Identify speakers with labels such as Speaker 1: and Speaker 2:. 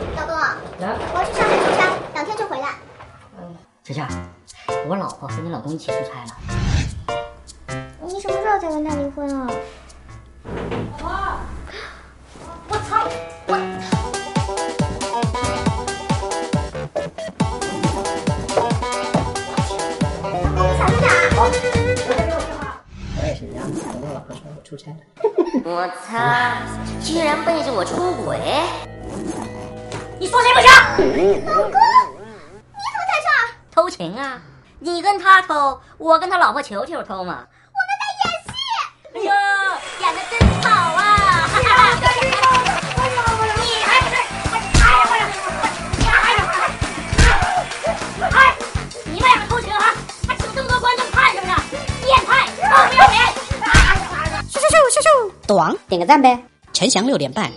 Speaker 1: 来，
Speaker 2: 我去上海出差，两天就回来。
Speaker 1: 嗯，小夏，我老婆和你老公一起出差了。
Speaker 2: 你什么时候才跟他离婚啊？老婆，我操！我。想打。
Speaker 1: 我也是这样，我跟我老婆说我出差了。
Speaker 3: 我擦，居然背着我出轨！你说行不行？
Speaker 2: 怎么才上？
Speaker 3: 偷情啊？你跟他偷，我跟他老婆球球偷嘛？我们在演戏。哎呦，演的真好啊！哈哈你还不是哎呀我呀我呀哎呀我呀哎你们俩偷情啊？还请这么多观众看什么呢？变态，不要脸！
Speaker 4: 短，点个赞呗。陈翔六点半